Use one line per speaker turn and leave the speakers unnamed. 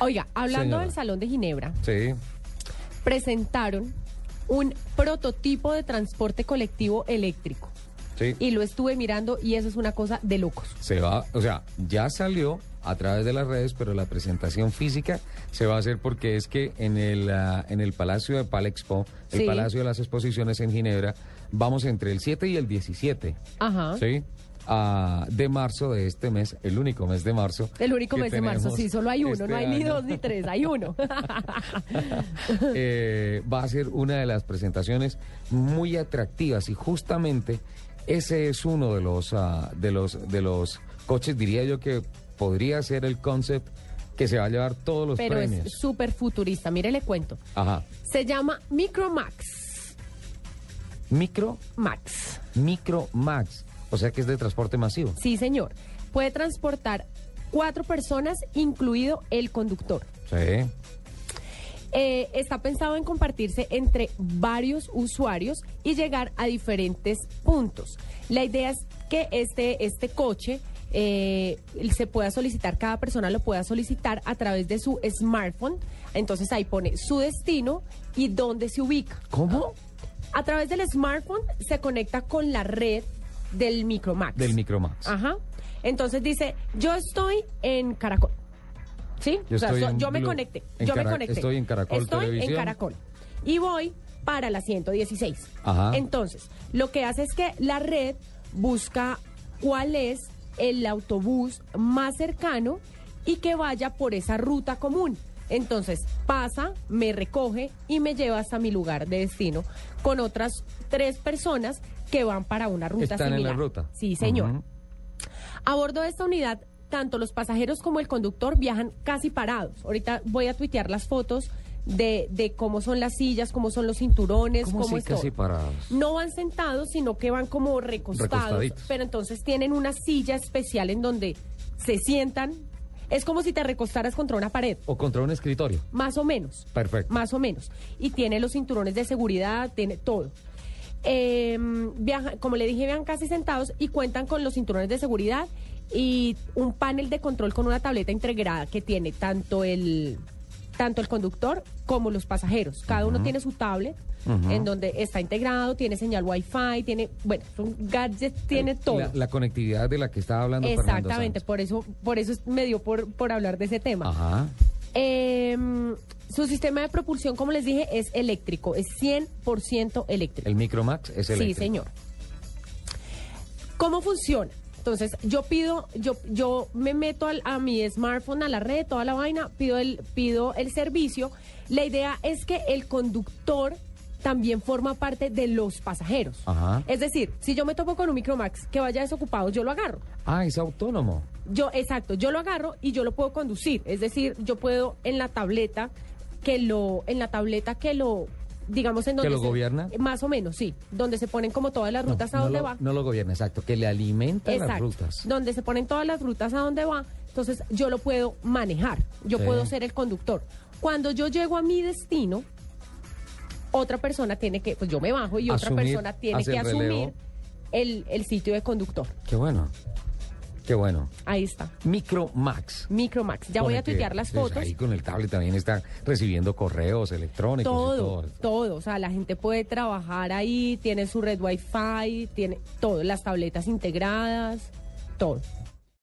Oiga, hablando
Señora.
del Salón de Ginebra,
Sí.
presentaron un prototipo de transporte colectivo eléctrico.
Sí.
Y lo estuve mirando y eso es una cosa de locos.
Se va, o sea, ya salió a través de las redes, pero la presentación física se va a hacer porque es que en el, ah, en el Palacio de Palexpo, el
Sí.
Palacio de las Exposiciones en Ginebra, vamos entre el 7 y el 17.
Ajá.
Sí. ah, de marzo de este mes, el único mes de marzo.
El único
que
mes de marzo,
tenemos
sí, solo hay uno,
este
no hay ni
año.
dos ni tres, hay uno.
Eh, va a ser una de las presentaciones muy atractivas y justamente ese es uno de los ah, de los de los coches diría yo que podría ser el concept que se va a llevar todos los
Pero
premios.
es súper futurista, mire le cuento.
Ajá.
Se llama Micromax.
Micro
Max.
Micro Max, o sea que es de transporte masivo.
Sí, señor. Puede transportar cuatro personas, incluido el conductor.
Sí.
Eh, está pensado en compartirse entre varios usuarios y llegar a diferentes puntos. La idea es que este, este coche eh, se pueda solicitar, cada persona lo pueda solicitar a través de su smartphone. Entonces ahí pone su destino y dónde se ubica.
¿Cómo?
A través del smartphone se conecta con la red del Micromax.
Del Micro Max.
Ajá. Entonces dice, yo estoy en Caracol. ¿Sí?
Yo estoy en
yo me
Blue.
conecté.
En
Yo me
Cara-
conecté.
estoy en Caracol
Estoy en
Televisión.
Caracol. Y voy para la 116.
Ajá.
Entonces, lo que hace es que la red busca cuál es el autobús más cercano y que vaya por esa ruta común. Entonces, pasa, me recoge y me lleva hasta mi lugar de destino con otras tres personas que van para una ruta
Están en la
similar.
ruta.
Sí, señor.
Ujú.
A bordo de esta unidad, tanto los pasajeros como el conductor viajan casi parados. Ahorita voy a tuitear las fotos de, de cómo son las sillas, cómo son los cinturones,
¿Cómo
cómo,
así
es todo.
casi parados?
No van sentados, sino que van como recostados.
Recostaditos.
Pero entonces tienen una silla especial en donde se sientan. Es como si te recostaras contra una pared,
O contra un escritorio.
más o menos
Perfecto.
más o menos. Y tiene los cinturones de seguridad, tiene todo. Eh, viaja- como le dije, vean casi sentados y cuentan con los cinturones de seguridad y un panel de control con una tableta integrada que tiene tanto el tanto el conductor como los pasajeros. Cada uno tiene su tablet
Ujú.
en donde está integrado, tiene señal wifi, tiene, bueno, son gadgets, tiene todo.
La, la conectividad de la que estaba hablando Fernando
Exactamente,
Sánchez.
por eso, por eso es- me dio por, por hablar de ese tema.
Ajá.
Eh, su sistema de propulsión, como les dije, es eléctrico, es 100% eléctrico.
El Micro Max es el
Sí, señor. ¿Cómo funciona? Entonces, yo pido, yo, yo me meto al- a mi smartphone, a la red, toda la vaina, pido el, pido el servicio. La idea es que el conductor también forma parte de los pasajeros.
Ajá.
Es decir, si yo me topo con un Micromax que vaya desocupado, yo lo agarro.
Ah, es autónomo.
Yo, exacto, yo lo agarro y yo lo puedo conducir. Es decir, yo puedo en la tableta que lo, en la tableta que lo, digamos en donde
lo gobierna?
Más o menos, sí. Donde se ponen como todas las rutas a donde
lo,
va.
No lo gobierna, exacto, que le alimenta las
exacto.
rutas.
Donde se ponen todas las rutas a donde va. Entonces yo lo puedo manejar. Yo
Sí.
puedo ser el conductor. Cuando yo llego a mi destino, otra persona tiene que, pues yo me bajo y otra
Asumir,
persona tiene
hace
que
el relevo.
asumir el, el sitio de conductor.
Qué bueno, qué bueno.
Ahí está.
Micro Max.
Micromax. Ya
Con
voy
el
a
que-
tuitear las
pues,
fotos.
Ahí con el tablet también está recibiendo correos electrónicos. y
Todo,
todo.
todo. O sea, la gente puede trabajar ahí, tiene su red wifi, tiene todo, las tabletas integradas, todo.